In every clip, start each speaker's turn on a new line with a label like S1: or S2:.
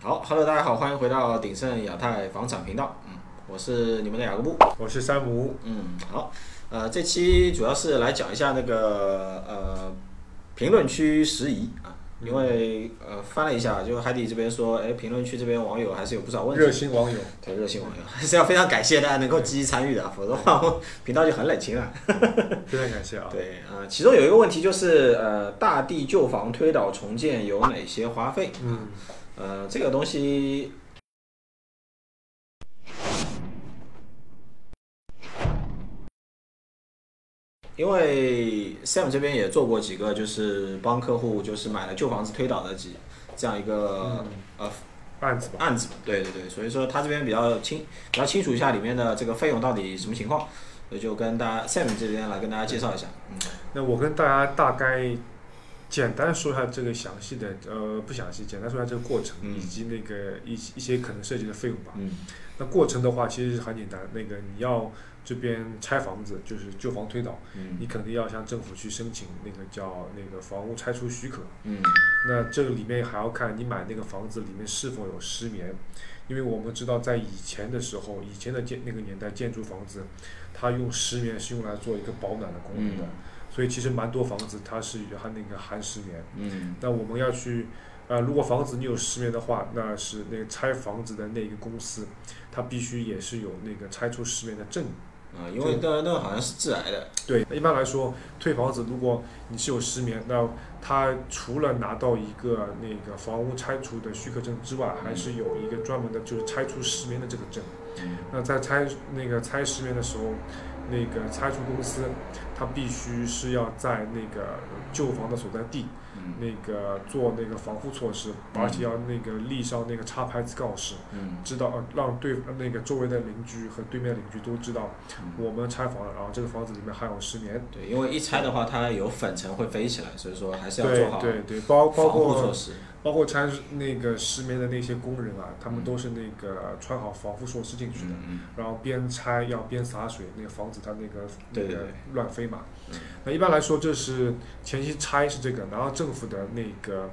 S1: 好，Hello，大家好，欢迎回到鼎盛亚太房产频道，嗯，我是你们的雅各布，
S2: 我是山姆。
S1: 嗯，好，呃，这期主要是来讲一下那个呃评论区时宜啊，因为呃翻了一下，就海底这边说，哎，评论区这边网友还是有不少问题，
S2: 热心网友，
S1: 对热心网友 还是要非常感谢大家能够积极参与的啊，否则的话我频道就很冷清了。
S2: 非常感谢啊！
S1: 对，呃，其中有一个问题就是，呃，大地旧房推倒重建有哪些花费？
S2: 嗯，
S1: 呃，这个东西，因为 Sam 这边也做过几个，就是帮客户就是买了旧房子推倒的几这样一个、呃
S2: 案子吧，
S1: 案子嘛，对对对，所以说他这边比较清比较清楚一下里面的这个费用到底什么情况，所以就跟大家 Sam 这边来跟大家介绍一下，嗯
S2: 那我跟大家大概简单说一下这个详细的，呃，不详细，简单说一下这个过程，
S1: 嗯
S2: 以及那个一一些可能涉及的费用吧。
S1: 嗯
S2: 那过程的话，其实是很简单，那个你要这边拆房子，就是旧房推倒，你
S1: 嗯
S2: 肯定要向政府去申请那个叫那个房屋拆除许可。
S1: 嗯
S2: 那这个里面还要看你买那个房子里面是否有失眠，因为我们知道在以前的时候，以前的建那个年代建筑房子，它用石棉是用来做一个保暖的功
S1: 嗯
S2: 能的，所以其实蛮多房子它是它那个含石棉。
S1: 嗯
S2: 那我们要去，呃，如果房子你有失眠的话，那是那个拆房子的那个公司，它必须也是有那个拆除失眠的证明。
S1: 啊，因为那那个好像是致癌的，
S2: 对，一般来说，退房子如果你是有失眠，那他除了拿到一个那个房屋拆除的许可证之外，还是有一个专门的，就是拆除失眠的这个证。
S1: 嗯
S2: 那在拆那个拆失眠的时候，那个拆除公司，它必须是要在那个旧房的所在地，
S1: 嗯
S2: 那个做那个防护措施，而且要那个立上那个插牌子告示，
S1: 嗯
S2: 知道呃让对那个周围的邻居和对面的邻居都知道
S1: 嗯，
S2: 我们拆房了，然后这个房子里面还有失眠。
S1: 对，因为一拆的话，它有粉尘会飞起来，所以说还是要
S2: 对
S1: 做好
S2: 对对，包包
S1: 防护措
S2: 括
S1: 施。
S2: 包括拆那个失眠的那些工人啊，他们都是那个穿好防护措施进去的，
S1: 嗯
S2: 然后边拆要边洒水，那个防止它那个那
S1: 对对
S2: 个
S1: 对
S2: 乱飞嘛
S1: 嗯。
S2: 那一般来说，这是前期拆是这个，然后政府的那个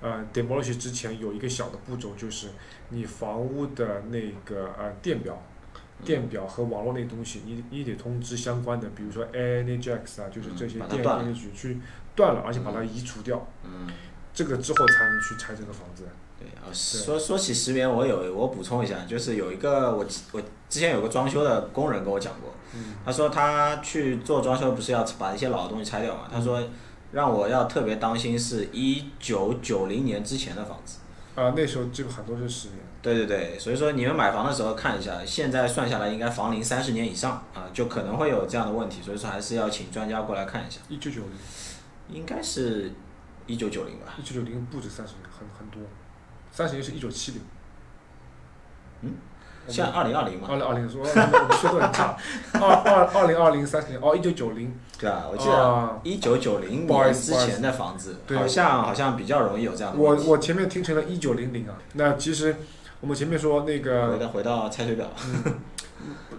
S2: 呃 demolish 之前有一个小的步骤，就是你房屋的那个呃电表。
S1: 嗯
S2: 电表和网络那东西，你你得通知相关的，比如说 Energex 啊，就是
S1: 嗯
S2: 这些
S1: 把它
S2: 电
S1: 断了
S2: 力局去断了，而且把它
S1: 嗯
S2: 移除掉。
S1: 嗯，
S2: 这个之后才能去拆这个房子。
S1: 对啊，说说起石棉，我有我补充一下，就是有一个我我之前有个装修的工人跟我讲过，
S2: 嗯，
S1: 他说他去做装修不是要把一些老的东西拆掉嘛，他说让我要特别当心是一九九零年之前的房子。
S2: 啊，那时候这个很多是十年，
S1: 对对对，所以说你们买房的时候看一下，现在算下来应该房龄三十年以上啊，就可能会有这样的问题，所以说还是要请专家过来看一下，
S2: 一九九零，
S1: 应该是一九九零吧？
S2: 一九九零不止三十年，很很多，三十年是一九七零。
S1: 嗯，现在二零二零嘛，
S2: 二零二零说，我们说的很差，二二二零二零三十年哦，一九九零，
S1: 对吧？我记得
S2: 啊，
S1: 一九九零
S2: 不好
S1: 年
S2: 意思
S1: 之前的房子，
S2: 对
S1: 好像好像比较容易有这样的
S2: 我
S1: 问题。
S2: 我前面听成了一九零零啊，那其实我们前面说那
S1: 回
S2: 个
S1: 到回到拆水表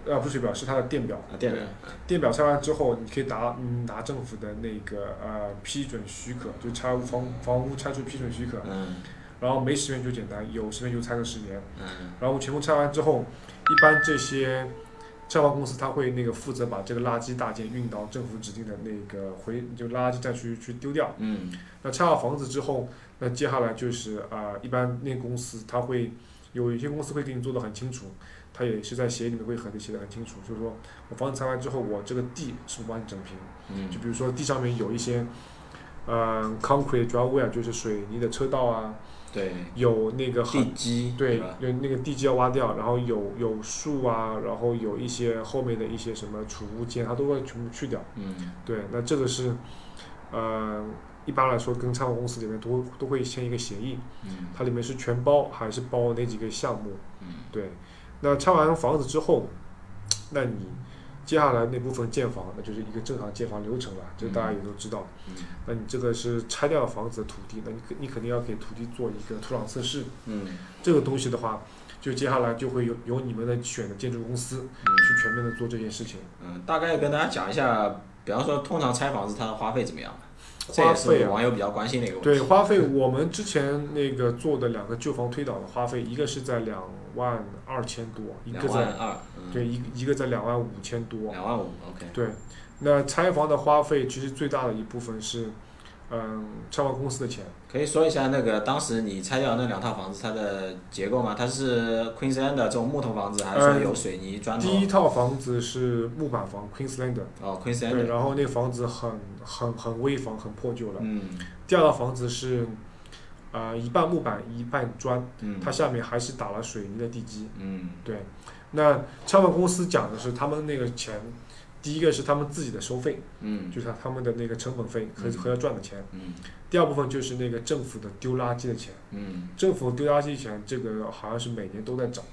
S2: 呃不是水表是它的电表
S1: 啊，，电源，
S2: 电表拆完之后，你可以拿嗯拿政府的那个呃批准许可，就拆屋房房屋拆除批准许可，
S1: 嗯
S2: 然后没十年就简单，有十年就拆个十年。
S1: 嗯
S2: 然后全部拆完之后，一般这些拆房公司他会那个负责把这个垃圾大件运到政府指定的那个回就垃圾站去去丢掉。
S1: 嗯
S2: 那拆好房子之后，那接下来就是啊、呃一般那公司他会有一些公司会给你做的很清楚，他也是在协议里面会很写的很清楚，就是说我房子拆完之后，我这个地是不帮你整平，
S1: 嗯
S2: 就比如说地上面有一些。嗯，concrete driveway 啊就是水泥的车道啊，
S1: 对，
S2: 有那个很
S1: 地基
S2: 对
S1: 吧，？
S2: 有那个地基要挖掉，然后有有树啊，然后有一些后面的一些什么储物间，它都会全部去掉。
S1: 嗯
S2: 对，那这个是，呃，一般来说跟拆房公司里面都都会签一个协议，
S1: 嗯
S2: 它里面是全包还是包哪几个项目？
S1: 嗯
S2: 对，那拆完房子之后，那你接下来那部分建房，那就是一个正常建房流程了，这大家也都知道。
S1: 嗯
S2: 那你这个是拆掉房子的土地，那你肯你肯定要给土地做一个土壤测试。
S1: 嗯
S2: 这个东西的话，就接下来就会由由你们的选的建筑公司
S1: 嗯。
S2: 去全面的做这件事情。
S1: 嗯，大概跟大家讲一下，比方说，通常拆房子它的花费怎么样？这
S2: 花
S1: 也
S2: 费
S1: 是
S2: 啊，
S1: 网友比较关心的一个问题。
S2: 对花费，我们之前那个做的两个旧房推导的花费，一个是在两万二千多，一
S1: 两
S2: 个
S1: 万
S2: 在
S1: 二，嗯
S2: 对一一个在两万五千多，
S1: 两万五，OK，
S2: 对。那拆房的花费其实最大的一部分是，嗯，拆房公司的钱，
S1: 可以说一下那个当时你拆掉那两套房子它的结构吗？它是 Queensland 的这种木头房子，还是说
S2: 嗯
S1: 有水泥砖头？
S2: 第一套房子是木板房 Queenslander，
S1: 哦
S2: 对，
S1: ，Queensland，
S2: 然后那房子很很很危房，很破旧了。
S1: 嗯
S2: 第二套房子是，呃，一半木板一半砖，
S1: 嗯
S2: 它下面还是打了水泥的地基。
S1: 嗯
S2: 对，那拆房公司讲的是他们那个钱，第一个是他们自己的收费，
S1: 嗯
S2: 就是他们的那个成本费和和要赚的钱。
S1: 嗯
S2: 第二部分就是那个政府的丢垃圾的钱，
S1: 嗯
S2: 政府丢垃圾钱这个好像是每年都在涨，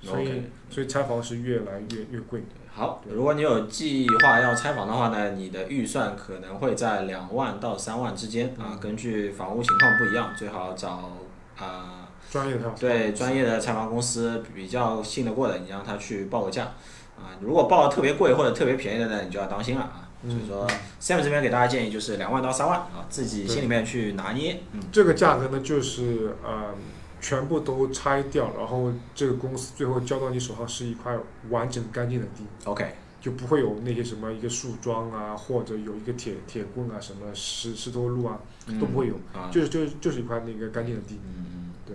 S2: 所以
S1: ，OK。
S2: 所以拆房是越来越越贵。
S1: 好，如果你有计划要拆房的话呢，你的预算可能会在两万到三万之间啊，根据房屋情况不一样，最好找啊、
S2: 专业的拆房
S1: 对专业的拆房公司比较信得过的，你让他去报个价啊。如果报的特别贵或者特别便宜的呢，你就要当心了啊。所以说，Sam 这边给大家建议就是两万到三万啊，自己心里面去拿捏。嗯
S2: 这个价格呢，就是呃，全部都拆掉，然后这个公司最后交到你手上是一块完整干净的地，
S1: ，OK，
S2: 就不会有那些什么一个树桩啊，或者有一个铁铁棍啊，什么石石头路啊，
S1: 嗯
S2: 都不会有，
S1: 啊。
S2: 就是就是就是一块那个干净的地。
S1: 嗯
S2: 对，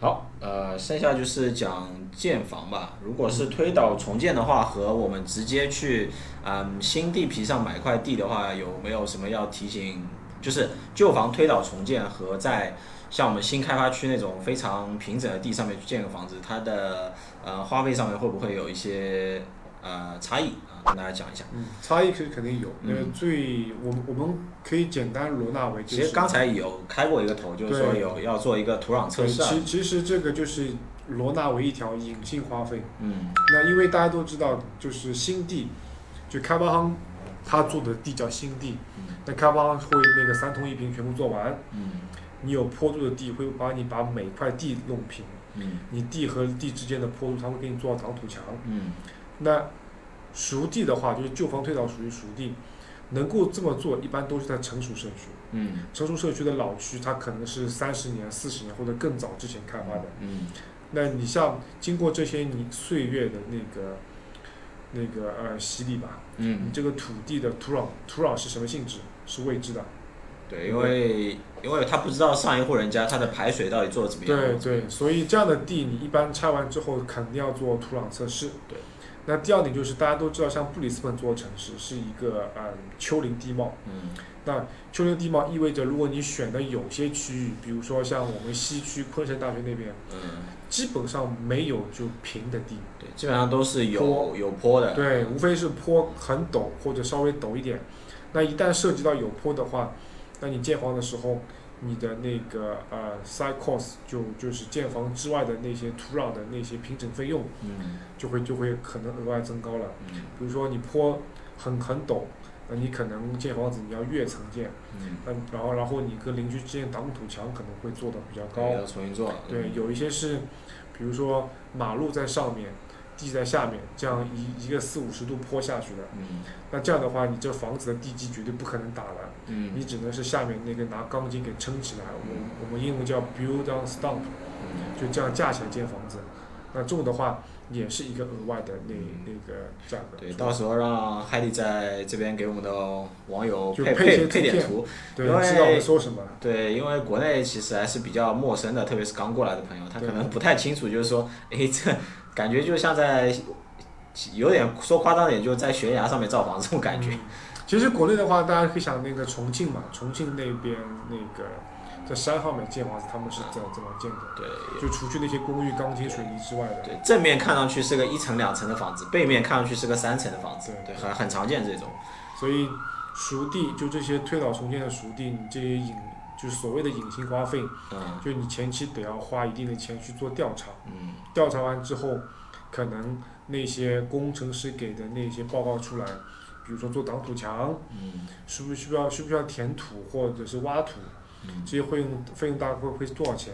S1: 好，呃，剩下就是讲建房吧。如果是推倒重建的话，和我们直接去嗯新地皮上买块地的话，有没有什么要提醒？就是旧房推倒重建和在像我们新开发区那种非常平整的地上面去建个房子，它的呃花费上面会不会有一些呃差异啊？跟大家讲一下。
S2: 嗯，差异是肯定有，那个
S1: 嗯
S2: 最我们我们可以简单罗纳为就
S1: 其
S2: 是
S1: 实刚才有开过一个头，就是说
S2: 对
S1: 有要做一个土壤测
S2: 对
S1: 试啊。
S2: 其其实这个就是罗纳为一条隐性花费。
S1: 嗯
S2: 那因为大家都知道，就是新地，就开发商他做的地叫新地，
S1: 嗯
S2: 那开发商会那个三通一平全部做完，
S1: 嗯
S2: 你有坡度的地会把你把每块地弄平，
S1: 嗯
S2: 你地和地之间的坡度他会给你做到挡土墙。
S1: 嗯
S2: 那熟地的话，就是旧房推倒属于熟地，能够这么做一般都是在成熟社区，
S1: 嗯
S2: 成熟社区的老区它可能是三十年、四十年或者更早之前开发的。
S1: 嗯
S2: 那你像经过这些你岁月的那个那个呃洗礼吧，
S1: 嗯
S2: 你。这个土地的土壤土壤是什么性质是未知的，
S1: 对，因为因为他不知道上一户人家他的排水到底做的怎么样。
S2: 对对，所以这样的地你一般拆完之后肯定要做土壤测试。
S1: 对。
S2: 那第二点就是大家都知道，像布里斯本这座城市是一个嗯丘陵地貌，
S1: 嗯
S2: 丘陵地貌意味着如果你选的有些区域，比如说像我们西区昆山大学那边，
S1: 嗯，
S2: 基本上没有就平的地，
S1: 对，基本上都是有
S2: 坡
S1: 有坡的。
S2: 对，无非是坡很陡或者稍微陡一点。那一旦涉及到有坡的话，那你建房的时候，你的那个呃 side cost 就就是建房之外的那些土壤的那些平整费用，
S1: 嗯
S2: 就会就会可能额外增高了。
S1: 嗯
S2: 比如说你坡很很陡，那你可能建房子你要跃层建，
S1: 嗯，
S2: 那然后然后你跟邻居之间挡土墙可能会做的比较
S1: 对
S2: 高
S1: 要。重新做。
S2: 对，
S1: 嗯
S2: 有一些是，比如说马路在上面，地在下面，这样一一个四五十度坡下去的。
S1: 嗯
S2: 那这样的话，你这房子的地基绝对不可能打了，
S1: 嗯
S2: 你只能是下面那个拿钢筋给撑起来。我我们英文叫 build on stump，
S1: 嗯
S2: 就这样架起来建房子。那这种的话，也是一个额外的那
S1: 嗯
S2: 那个价格。
S1: 对，到时候让海蒂在这边给我们的网友
S2: 就
S1: 配
S2: 配一
S1: 配
S2: 些
S1: 配
S2: 图
S1: 点
S2: 片
S1: 图。
S2: 对，
S1: 因为
S2: 知道我们说什么。
S1: 对，因为国内其实还是比较陌生的，特别是刚过来的朋友，他可
S2: 对
S1: 能不太清楚，就是说，诶，这感觉就像在有点说夸张点，就在悬崖上面造房这种感觉。
S2: 嗯其实国内的话，大家可以想那个重庆嘛，重庆那边那个在山上面建房子，他们是怎怎么建的？
S1: 对，
S2: 就除去那些公寓钢筋水泥之外的。
S1: 对，正面看上去是个一层两层的房子，背面看上去是个三层的房子，对，
S2: 对
S1: 很很常见这种。
S2: 所以熟地就这些推倒重建的熟地，你这些隐就是所谓的隐性花费，
S1: 嗯
S2: 就你前期得要花一定的钱去做调查，
S1: 嗯
S2: 调查完之后，可能那些工程师给的那些报告出来，比如说做挡土墙，
S1: 嗯
S2: 需不需要需不需要填土或者是挖土，
S1: 嗯，
S2: 这些费用费用大概会会多少钱？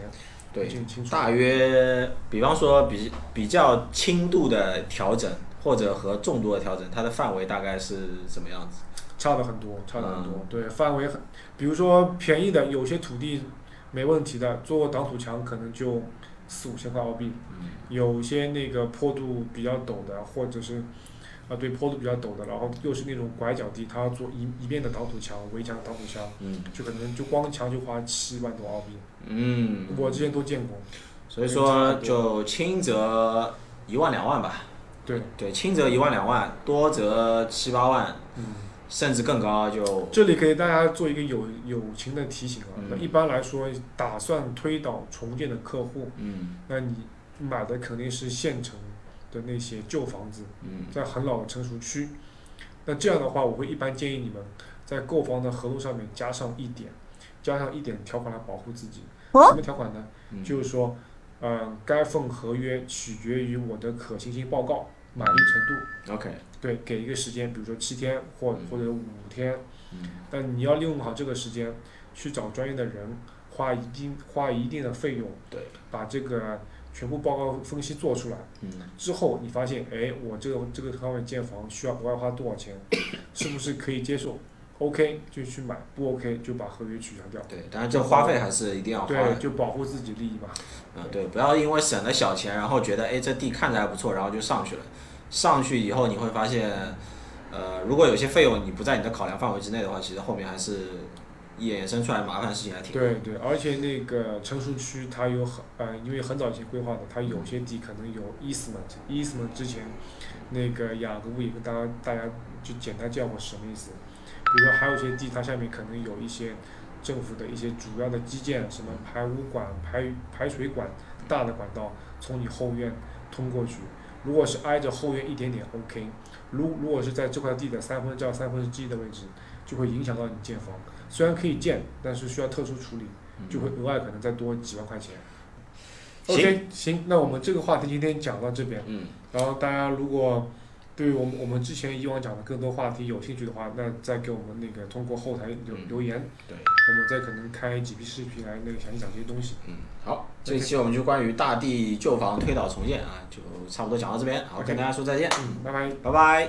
S1: 对
S2: 这，个清楚。
S1: 大约比方说比比较轻度的调整或者和重度的调整，它的范围大概是什么样子？
S2: 差的很多，差的很多。
S1: 嗯
S2: 对，范围很，比如说便宜的有些土地没问题的，做个挡土墙可能就四五千块澳币，
S1: 嗯
S2: 有些那个坡度比较陡的，或者是啊对坡度比较陡的，然后又是那种拐角地，它要做一一面的挡土墙、围墙、挡土墙，
S1: 嗯
S2: 就可能就光墙就花七万多澳币，
S1: 嗯，
S2: 我之前都见过。
S1: 所以说就轻则一万两万吧，
S2: 对，
S1: 对，轻则一万两万，多则七八万，
S2: 嗯。
S1: 甚至更高就
S2: 这里给大家做一个友友情的提醒啊。
S1: 嗯
S2: 那一般来说，打算推倒重建的客户，
S1: 嗯
S2: 那你买的肯定是县城的那些旧房子，
S1: 嗯
S2: 在很老的成熟区。那这样的话，我会一般建议你们在购房的合同上面加上一点，加上一点条款来保护自己。
S3: 哦
S2: 什么条款呢？
S1: 嗯
S2: 就是说，嗯、该份合约取决于我的可行性报告满意程度。
S1: OK，
S2: 对，给一个时间，比如说七天或
S1: 嗯
S2: 或者五天，
S1: 嗯
S2: 但你要利用好这个时间，去找专业的人，花一定花一定的费用，
S1: 对，
S2: 把这个全部报告分析做出来
S1: 嗯
S2: 之后，你发现，哎，我这个这个方面建房需要额外花多少钱，是不是可以接受？OK 就去买，不 OK 就把合约取消掉。
S1: 对，当然这花费还是一定要花
S2: 对，
S1: 的，
S2: 就保护自己利益嘛。
S1: 嗯对，不要因为省了小钱，然后觉得哎这地看着还不错，然后就上去了，上去以后你会发现，呃如果有些费用你不在你的考量范围之内的话，其实后面还是衍生出来麻烦的事情还挺多，
S2: 对对，而且那个成熟区它有很呃，因为很早以前规划的，它有些地可能有 easement，easement 之前那个雅各布也跟大家大家就简单介绍过什么意思。比如说还有一些地，它下面可能有一些政府的一些主要的基建，什么排污管、排排水管、大的管道从你后院通过去。如果是挨着后院一点点，OK；如如果是在这块地的三分之二、三分之一的位置，就会影响到你建房。虽然可以建，但是需要特殊处理，
S1: 嗯
S2: 就会额外可能再多几万块钱。
S1: 行
S2: OK，行，那我们这个话题今天讲到这边。
S1: 嗯
S2: 然后大家如果对我们我们之前以往讲的更多话题有兴趣的话，那再给我们那个通过后台留
S1: 嗯
S2: 留言，
S1: 对。
S2: 我们再可能开几批视频来那个详细讲这些东西。
S1: 嗯，好，这一期我们就关于大地旧房推倒重建啊，就差不多讲到这边，好，跟
S2: OK
S1: 大家说再见，
S2: 嗯，拜拜。
S1: 拜拜。